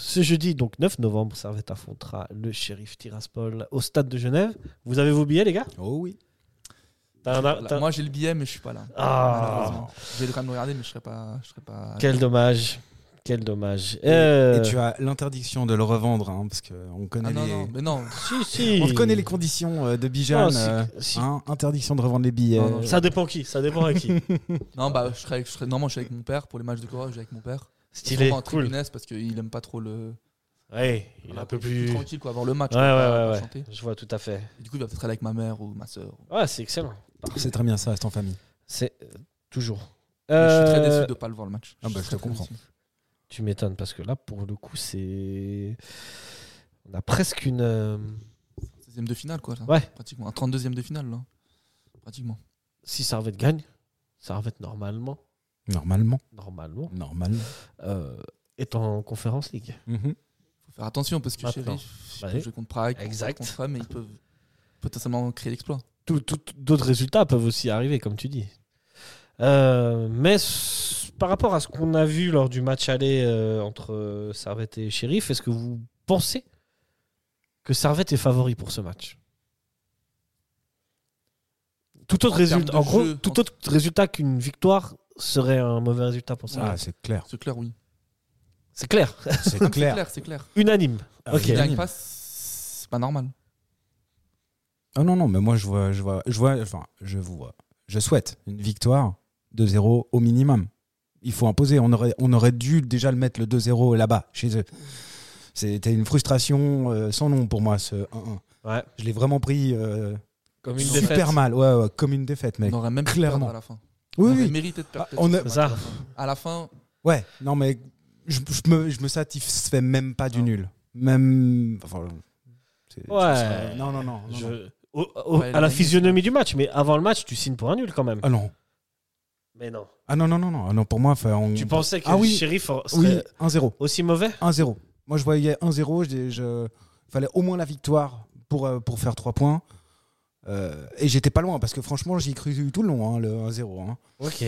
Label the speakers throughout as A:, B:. A: ce jeudi, donc 9 novembre, Servette affrontera le shérif Tiraspol au stade de Genève. Vous avez vos billets, les gars
B: Oh oui.
A: T'as un-
C: Voilà.
A: Ah, bah, t'as-
C: Moi j'ai le billet mais je suis pas là.
A: Ah.
C: Malheureusement. J'ai le droit de me regarder mais je serai pas, je serai pas.
A: Quel dommage. Quel dommage.
B: Et,
A: Euh,
B: et tu as l'interdiction de le revendre, hein, parce qu'on connaît,
C: Ah non
B: les...
C: non mais non.
A: Si, si.
B: on connaît les conditions euh, de Bijan.
A: Ah, si,
B: euh,
A: si.
B: hein, interdiction de revendre les billets.
C: Non, non, je-
A: Ça dépend qui, ça dépend à qui.
C: Non bah je serai, avec- je serai- normalement je suis avec mon père pour les matchs de courage. Je suis avec mon père.
A: Stylé,
C: Souvent en
A: cool.
C: tribunesse parce qu'il aime pas trop le.
A: Ouais, il est un peu plus.
C: tranquille quoi avant le match.
A: Ouais,
C: quoi,
A: ouais,
C: pas-
A: ouais,
C: pas
A: ouais.
C: chanter.
A: Je vois tout à fait.
C: Et Du coup il va peut-être aller avec ma mère ou ma soeur.
A: Ouais, c'est excellent.
B: C'est très bien, ça reste en famille.
A: C'est euh, toujours.
C: Je suis très
A: Euh,
C: déçu de pas le voir le match.
B: Ah bah, je
C: suis
B: te
C: très, très
B: comprends.
C: déçu.
A: Tu m'étonnes parce que là, pour le coup, c'est. On a presque une. euh,
C: 16e de finale quoi. là.
A: Ouais.
C: Pratiquement. Un 32e de finale là. Pratiquement.
A: Si Servette gagne, Servette normalement,
B: Normalement.
A: normalement,
B: Normalement.
A: euh, est en conférence League.
B: Mhm.
C: Faut faire attention parce que
A: Maintenant.
C: Sheriff, ils
A: Ouais.
C: peuvent jouer contre Prague, ils peuvent
A: Exact.
C: jouer contre Rome, mais ils peuvent potentiellement créer l'exploit.
A: Tout- tout- D'autres résultats peuvent aussi arriver, comme tu dis. Euh, mais s- par rapport à ce qu'on a vu lors du match aller euh, entre euh, Servette et Shérif, est-ce que vous pensez que Servette est favori pour ce match Tout autre
C: En termes
A: résultat,
C: de
A: en gros,
C: jeu,
A: tout
C: en-
A: autre résultat qu'une victoire serait un mauvais résultat pour
B: Ah,
A: Servette.
B: c'est clair.
C: C'est clair, oui.
A: C'est clair,
B: C'est
C: Ah, mais C'est
B: clair.
C: clair, c'est clair.
A: unanime.
B: Ah,
A: Ok.
C: S'ils
B: unanime.
C: gagnent pas, c'est pas normal.
B: Ah non, non, mais moi, je vois, je vois, je vois, enfin, je vois, je souhaite une victoire de 0 au minimum. Il faut imposer. On aurait, on aurait dû déjà le mettre le 2-0 là-bas, chez eux. C'était une frustration euh, sans nom pour moi, ce 1-1.
A: Ouais.
B: Je l'ai vraiment pris euh,
A: Comme
C: une
B: super
C: défaite.
B: mal. Ouais, ouais, comme une défaite, mec.
C: On aurait même pu
B: clairement.
C: perdre à la fin.
B: oui,
C: on aurait
B: oui.
C: mérité de perdre.
B: Ah,
C: peut-être
B: on
C: ce
B: a-
C: match
A: Ça.
C: à la fin. À la fin,
B: Ouais, non, mais je, je me, je me satisfais même pas du nul. Même. Enfin, c'est-
A: Ouais.
B: ce serait- non, non, non. non, non.
A: Je- au- au-
C: Ouais,
A: à la
C: l'unanime.
A: physionomie du match, mais avant le match, tu signes pour un nul quand même.
B: Ah non.
A: Mais non.
B: Ah non, non, non, non. Ah non, pour moi, enfin, on...
A: Tu pensais que
B: Ah oui.
A: le shérif en- serait
B: Oui, 1-0.
A: aussi mauvais
B: 1-0. Moi, je voyais 1-0. Je, je- fallait au moins la victoire pour, euh, pour faire 3 points. Euh, et j'étais pas loin parce que franchement, j'y ai cru tout le long, hein, le 1-0. hein.
A: Ok.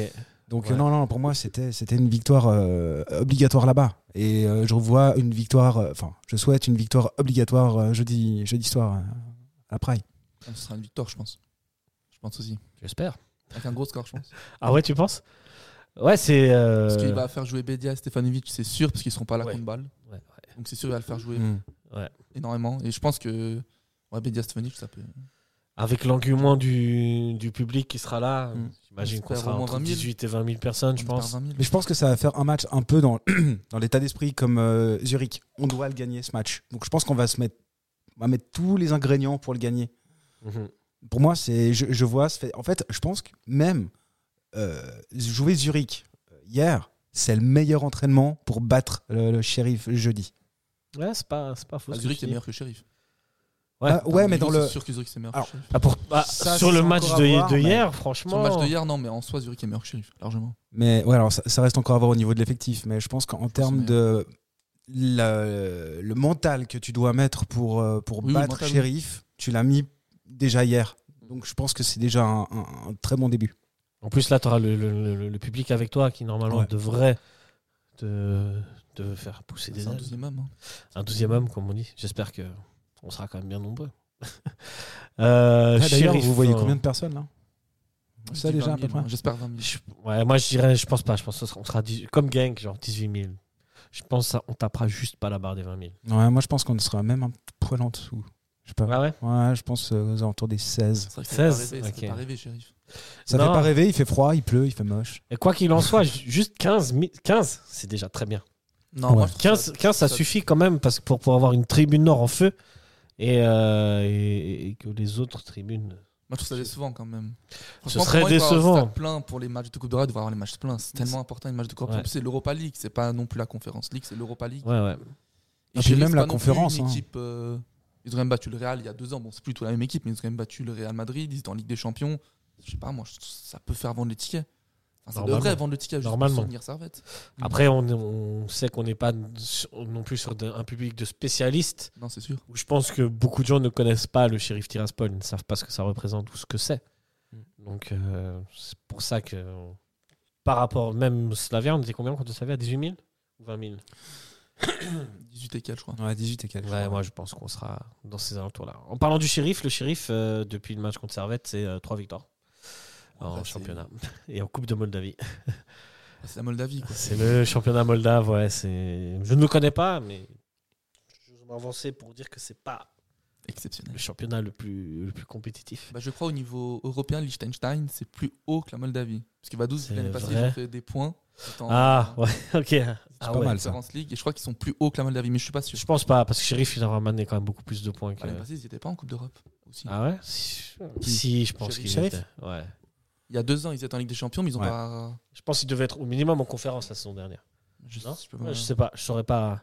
B: Donc,
A: Ouais.
B: euh, non, non, pour moi, c'était c'était une victoire euh, obligatoire là-bas. Et euh, je revois une victoire, euh, enfin, je souhaite une victoire obligatoire euh, jeudi, jeudi soir euh, à Praille.
C: ce sera une victoire, je pense. Je pense aussi.
A: J'espère.
C: Avec un gros score, je pense.
B: Euh.
A: Ah ouais, tu penses Ouais, c'est. euh,
C: Parce qu'il va faire jouer Bedia, Stefanovic, c'est sûr, parce qu'ils seront pas là
A: Ouais.
C: contre balle.
A: ouais, ouais.
C: Donc c'est sûr, il va le faire
B: Mm.
C: jouer énormément. Et je pense que ouais, Bedia, Stefanovic, ça peut.
A: Avec l'engouement du, du public qui sera là,
C: Mm.
A: j'imagine
C: On
A: qu'on
C: espère
A: sera
C: au moins
A: entre
C: 20 000.
A: 18 et 20 000 personnes, je
C: on perd
A: pense.
C: 20 000.
B: Mais je pense que ça va faire un match un peu dans, dans l'état d'esprit comme euh, Zurich. On doit le gagner ce match. Donc je pense qu'on va se mettre, on va mettre tous les ingrédients pour le gagner.
A: Mhm.
B: Pour moi, c'est je, je vois. ce fait- En fait, je pense que même euh, jouer Zurich euh, hier, c'est le meilleur entraînement pour battre le, le shérif jeudi.
A: Ouais, c'est pas, c'est pas faux.
C: Ah,
A: ce que
C: Zurich
A: tu
C: est
A: dis.
C: meilleur que Sheriff.
A: Ouais.
B: Ah, ouais, mais dans le.
C: C'est sûr que Zurich est meilleur
B: Alors,
C: que Sheriff.
A: Ah, pour- bah,
B: Ça,
A: sur
B: c'est
A: le match
B: encore à
A: de,
B: voir,
A: de
B: mais-
A: hier,
C: Sur
A: franchement.
C: le match de hier, non, mais en soi, Zurich est meilleur que Sheriff, largement.
B: Mais ouais, alors ça, ça reste encore à voir au niveau de l'effectif. Mais je pense qu'en termes
C: mais-
B: de le, le mental que tu dois mettre pour, euh, pour
C: Oui, oui,
B: battre
C: mental, oui.
B: Sheriff, tu l'as mis déjà hier. Donc je pense que c'est déjà un, un- un très bon début.
A: En plus, là, tu auras le, le- le- le public avec toi qui, normalement,
B: Ouais.
A: devrait te, te faire pousser des
C: C'est un
A: ailes.
C: deuxième homme. hein.
A: Un douzième homme, comme on dit. J'espère que on sera quand même bien nombreux. Euh,
B: Ah, D'ailleurs,
A: Sheriff,
B: vous voyez
A: euh,
B: combien de personnes là
C: Je
B: Ça,
C: dis
B: déjà,
C: 20
B: à
C: 000,
B: peu près.
C: moi. J'espère 20 000.
A: je- ouais, Moi, je dirais, je pense pas. Je pense que ce sera- on sera dix- comme gang, genre 18 000. Je pense ça, on tapera juste pas la barre des 20 000.
B: Ouais, moi je pense qu'on sera même un petit poil en dessous. Je sais pas.
A: Ah ouais
B: Ouais, je pense euh, aux alentours des 16.
C: C'est vrai que ça fait pas
A: 16,
C: rêver, ça fait
A: ok.
C: pas rêver, Sheriff.
B: Ça
A: Non.
B: fait pas rêver, il fait froid, il pleut, il fait moche.
A: Et quoi qu'il en soit, ju- juste 15, mi- 15 c'est déjà très bien.
C: Non,
B: Ouais.
C: moi, je trouve
A: 15, 15 ça
C: ça-
A: suffit quand même parce que pour, pour avoir une tribune nord en feu et, euh, et- et que les autres tribunes.
C: Moi, je trouve ça décevant quand même.
A: Ce
C: Franchement,
A: serait
C: pour moi, il doit y avoir un
A: décevant.
C: stade plein pour les matchs de Coupe d'Europe, il doit y avoir les matchs pleins. C'est tellement important, les matchs de Coupe
A: Ouais.
C: d'Europe. C'est l'Europa League, c'est pas non plus la Conférence League, c'est l'Europa League.
A: Ouais, ouais.
B: Et puis
C: Sheriff,
B: même
C: c'est
B: la
C: pas non plus
B: conférence,
C: une
B: hein.
C: équipe, euh, Ils ont quand même battu le Real il y a deux ans. Bon, c'est plus tout la même équipe, mais ils ont quand même battu le Real Madrid. Ils étaient en Ligue des Champions. Je sais pas, moi, je- ça peut faire vendre les tickets. Enfin, ça
A: Normalement.
C: devrait vendre le ticket juste pour
A: Normalement.
C: soutenir Servette.
A: Après, on, on sait qu'on n'est pas sur- non plus sur de- un public de spécialistes.
C: Non, c'est sûr.
A: où je pense que beaucoup de gens ne connaissent pas le shérif Tiraspol, ils ne savent pas ce que ça représente ou ce que c'est. Donc euh, c'est pour ça que euh, par rapport même au Slavia, on était combien contre le Slavia 18 000 ou 20 000
C: 18 et 4, je crois.
B: Ouais, 18 et 4.
A: Ouais, moi je pense qu'on sera dans ces alentours-là. En parlant du shérif, le shérif, euh, depuis le match contre Servette, c'est 3 victoires en Ah,
C: Ouais, c'est-
A: championnat et en Coupe de Moldavie.
C: Ah, C'est la Moldavie, quoi.
A: C'est le championnat moldave, ouais. c'est- Je ne le connais pas, mais je vais m'avancer pour dire que c'est pas
C: Exceptionnel.
A: le championnat le plus, le plus compétitif.
C: Bah, je crois au niveau européen, Liechtenstein, c'est plus haut que la Moldavie. Parce que Vaduz,
A: C'est
C: l'année passée,
A: vrai
C: ils ont fait des points. Ils étaient en-
A: Ah, ouais, ok. Ah
B: pas
A: ouais.
B: mal.
C: en Conference League, et je crois qu'ils sont plus hauts que la Moldavie, mais je suis pas sûr. Bah,
A: Je pense pas, parce que Sheriff, il a ramené quand même beaucoup plus de points que.
C: L'année passée, ils n'étaient pas en Coupe d'Europe aussi.
A: Ah ouais bah, si, Si, je pense
C: Sheriff.
A: qu'il
B: Sheriff
A: était. Ouais.
C: Il y a deux ans, ils étaient en Ligue des Champions, mais ils ont
B: Ouais.
C: pas.
A: Je pense qu'il devait être au minimum en conférence la saison dernière.
C: Je,
A: Non
C: je peux
A: Ouais,
C: pas-
A: Je sais pas, je saurais pas.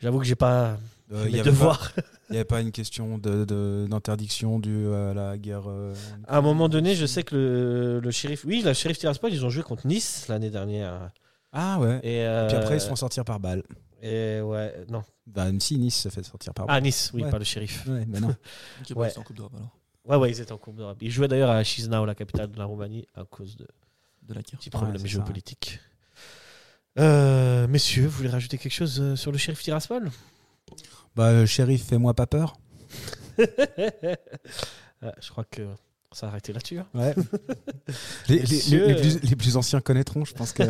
A: J'avoue que j'ai pas
B: Euh, il y
A: mes
B: avait pas-
A: devoirs.
B: Il n'y avait pas une question de- de- d'interdiction due à la guerre. euh,
A: À un moment donné, je sais que le, le shérif. Oui, la shérif Tiraspol, ils ont joué contre Nice l'année dernière.
B: Ah ouais. Et
A: Et, euh,
B: puis après, ils se font sortir par balle.
A: et ouais, non.
B: Bah, même si Nice se fait sortir par balle.
A: Ah, Nice, oui,
B: Ouais.
A: pas le shérif.
B: Ouais, mais non.
C: Ok, bah,
A: Ouais.
C: ils sont en Coupe d'Europe alors.
A: Ouais, ouais, ils étaient en Coupe d'Europe. Ils jouaient d'ailleurs à Chisinau, la capitale de la Roumanie, à cause de
C: De la guerre.
A: petits problèmes
B: c'est ça.
A: géopolitiques. Euh, messieurs, vous voulez rajouter quelque chose euh, sur le shérif Tiraspol
B: bah, le shérif, fais-moi pas peur.
A: Ah, Je crois que ça a arrêté là-dessus. hein.
B: Ouais. les, les-
A: Messieurs,
B: les- les plus, les plus anciens connaîtront, je pense que.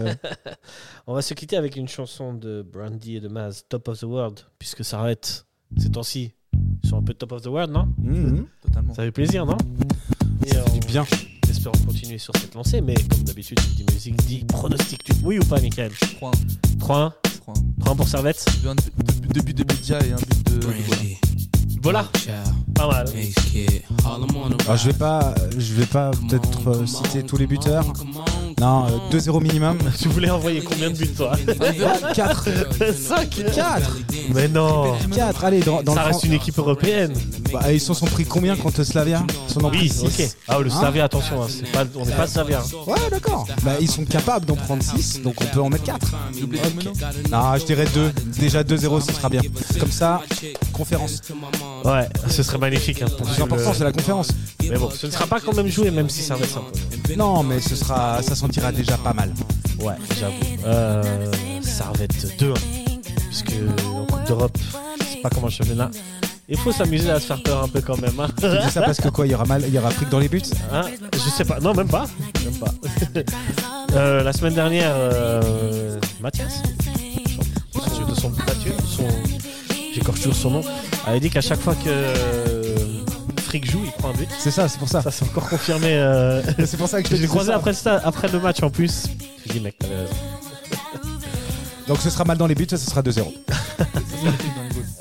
A: On va se quitter avec une chanson de Brandy et de Maz, Top of the World, puisque ça arrête ces temps-ci. Ils sont un peu top of the world, non
B: Mhm.
C: Totalement.
A: Ça fait plaisir, non Et
B: Ça fait
A: on-
B: du bien.
A: Espérons continuer sur cette lancée, mais comme d'habitude, tu dis musique, dit pronostic, tu oui ou pas, Michael
C: 3
A: 3-1,
C: 3
A: 3-1 pour Servette.
C: Deux buts de Bedia et un but de. de Bola.
D: Brandy,
A: Voilà,
D: Ah. Chow,
A: pas mal.
D: Base Kid, Harlem on the
B: Alors, Ah, je vais
D: rise.
B: pas, je vais pas
D: Come
B: peut-être
D: on,
B: euh,
D: come
B: citer
D: on,
B: tous les
D: come
B: buteurs.
D: on, come on,
B: Non,
D: come
B: euh,
D: on.
B: 2-0 minimum.
A: Tu voulais envoyer combien de buts, toi
B: 4
A: Cinq.
B: 4
A: Mais non
B: 4 Allez, dans, dans
A: Ça
B: le
A: reste
B: fran-
A: une équipe européenne.
B: Bah, ils s'en sont pris combien euh, contre Slavia Ils s'en ont pris
A: Oui, ok.
B: six.
A: Ah, le
B: Hein
A: Slavia, attention, hein, c'est pas, on n'est pas Slavia. hein.
B: Ouais, d'accord. Bah, ils sont capables d'en prendre 6, donc on peut en mettre 4.
C: Doublé de Mono.
B: Non, je dirais 2. Déjà 2-0, ce sera bien. Comme ça, Oh, conférence.
A: Ouais, ce serait magnifique. hein, pour
B: Le plus
A: jouer le-
B: important, c'est la conférence.
A: Mais bon, ce ne sera pas quand même joué, même si ça reste un peu.
B: Non, mais ce sera, ça sentira déjà pas mal.
A: Ouais, j'avoue. Euh, Servette 2, hein, puisque en Coupe d'Europe, c'est pas euh, comme un championnat. Il faut s'amuser à se faire peur un peu quand même. hein.
B: Tu dis ça parce que quoi, il y aura mal, il y aura fric dans les buts
A: Hein je sais pas, non, même pas. Même pas. Euh, la semaine dernière, euh, Mathias, son- de son Mathieu, son, j'écorche toujours son nom, avait dit qu'à chaque fois que euh, Frick joue, il prend un but.
B: C'est ça, c'est pour ça.
A: Ça, c'est encore confirmé. euh,
B: C'est pour ça que
A: je
B: je te
A: l'ai
B: dis
A: croisé
B: ça.
A: après, le sta- après le match en plus. Je dis, mec, t'avais raison.
B: Donc ce sera mal dans les buts, ça, ce sera 2-0.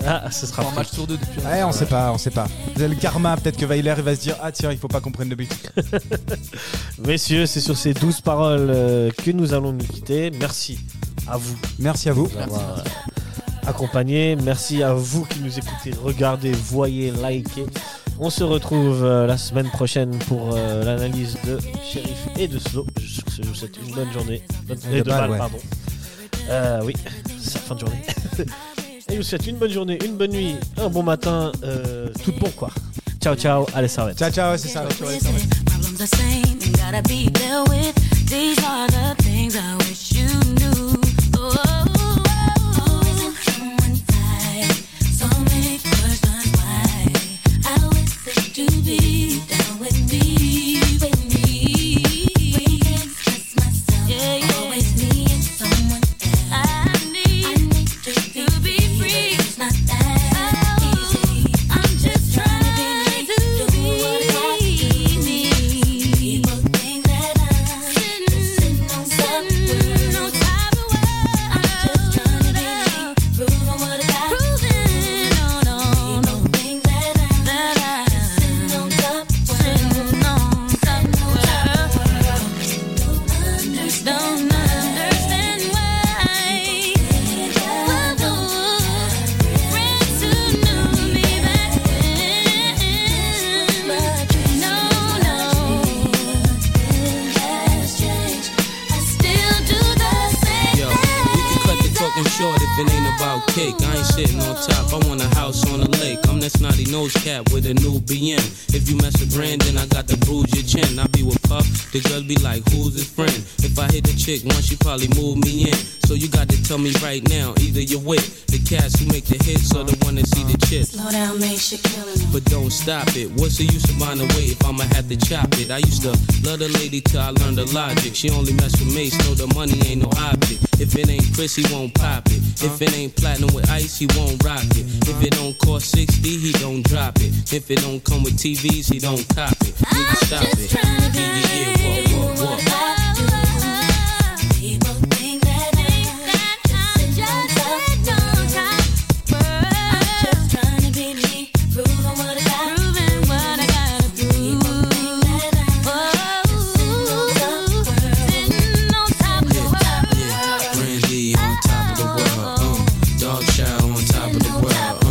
A: Ah, ce sera
C: Un
A: Frick.
C: match sur deux depuis.
B: Ouais, on sait pas, on sait pas. Le karma, peut-être que Weiler, il va se dire Ah tiens, il faut pas qu'on prenne de but.
A: Messieurs, c'est sur ces douze paroles euh, que nous allons nous quitter. Merci à vous
B: Merci à vous.
A: de nous avoir euh, accompagnés. Merci à vous qui nous écoutez, regardez, voyez, likez. On se retrouve euh, la semaine prochaine pour euh, l'analyse de Sheriff et de Slo. Je je vous souhaite une bonne journée. Bonne,
B: Et de
A: et de
B: balle,
A: balle,
B: ouais.
A: pardon. Euh, oui, c'est la fin de journée. et je vous souhaite une bonne journée, une bonne nuit, un bon matin, euh, tout bon quoi. Ciao, ciao, allez, ça va être.
B: Ciao, ciao, c'est ça.
E: Problems the same and gotta be dealt with. These are the things I wish you knew. Oh, oh, oh. Isn't someone tired? So many questions why. I wish that you'd be down with me, with me. When can't trust myself, always me and someone else. I need, I need to, be, free. It's not that easy. I'm just trying to do what I don't understand why. Whoa, Friends who knew me back then, no, no, has changed. I still do the same
D: Yo, we can cut the talking short if it ain't about cake. I ain't sitting on top, I want a house on a lake. I'm that snotty nose cat with a new BM. If you mess with Brandon, I got to bruise your chin. I be with Puff, the girls be like, who's his friend? If I hit the chick once, she probably move me in. So So you got to tell me right now, either you're with the cats who make the hits or the one that see the chips.
E: Slow down makes you killing 'em.
D: But don't stop it. What's the use of running away if I'ma have to chop it? I used to love the lady till I learned the logic. She only mess with mates, know the money ain't no object. If it ain't Chris, he won't pop it. If it ain't platinum with ice, he won't rock it. If it don't cost 60, he don't drop it. If it don't come with TVs, he don't cop it. Nigga, stop it.
E: Just trying to
D: Yeah, yeah, yeah, walk, walk, walk.
E: People think that I'm just I'm just trying to be me, proving what I got. People think that I'm just sitting on top of the world.
D: Brandy on top of the world, uh. Dog Chow on top of the world, uh.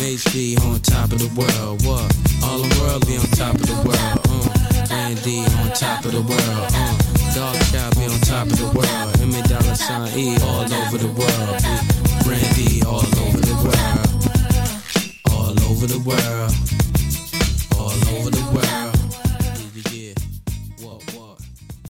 D: Mace B on top of the world, what? All the world be on top of the world, uh. Brandy on top of the world, uh. Dog Chow be on top of the world. Emmy Dollar Sign E all over the world. Brandy all over the world. All over the world.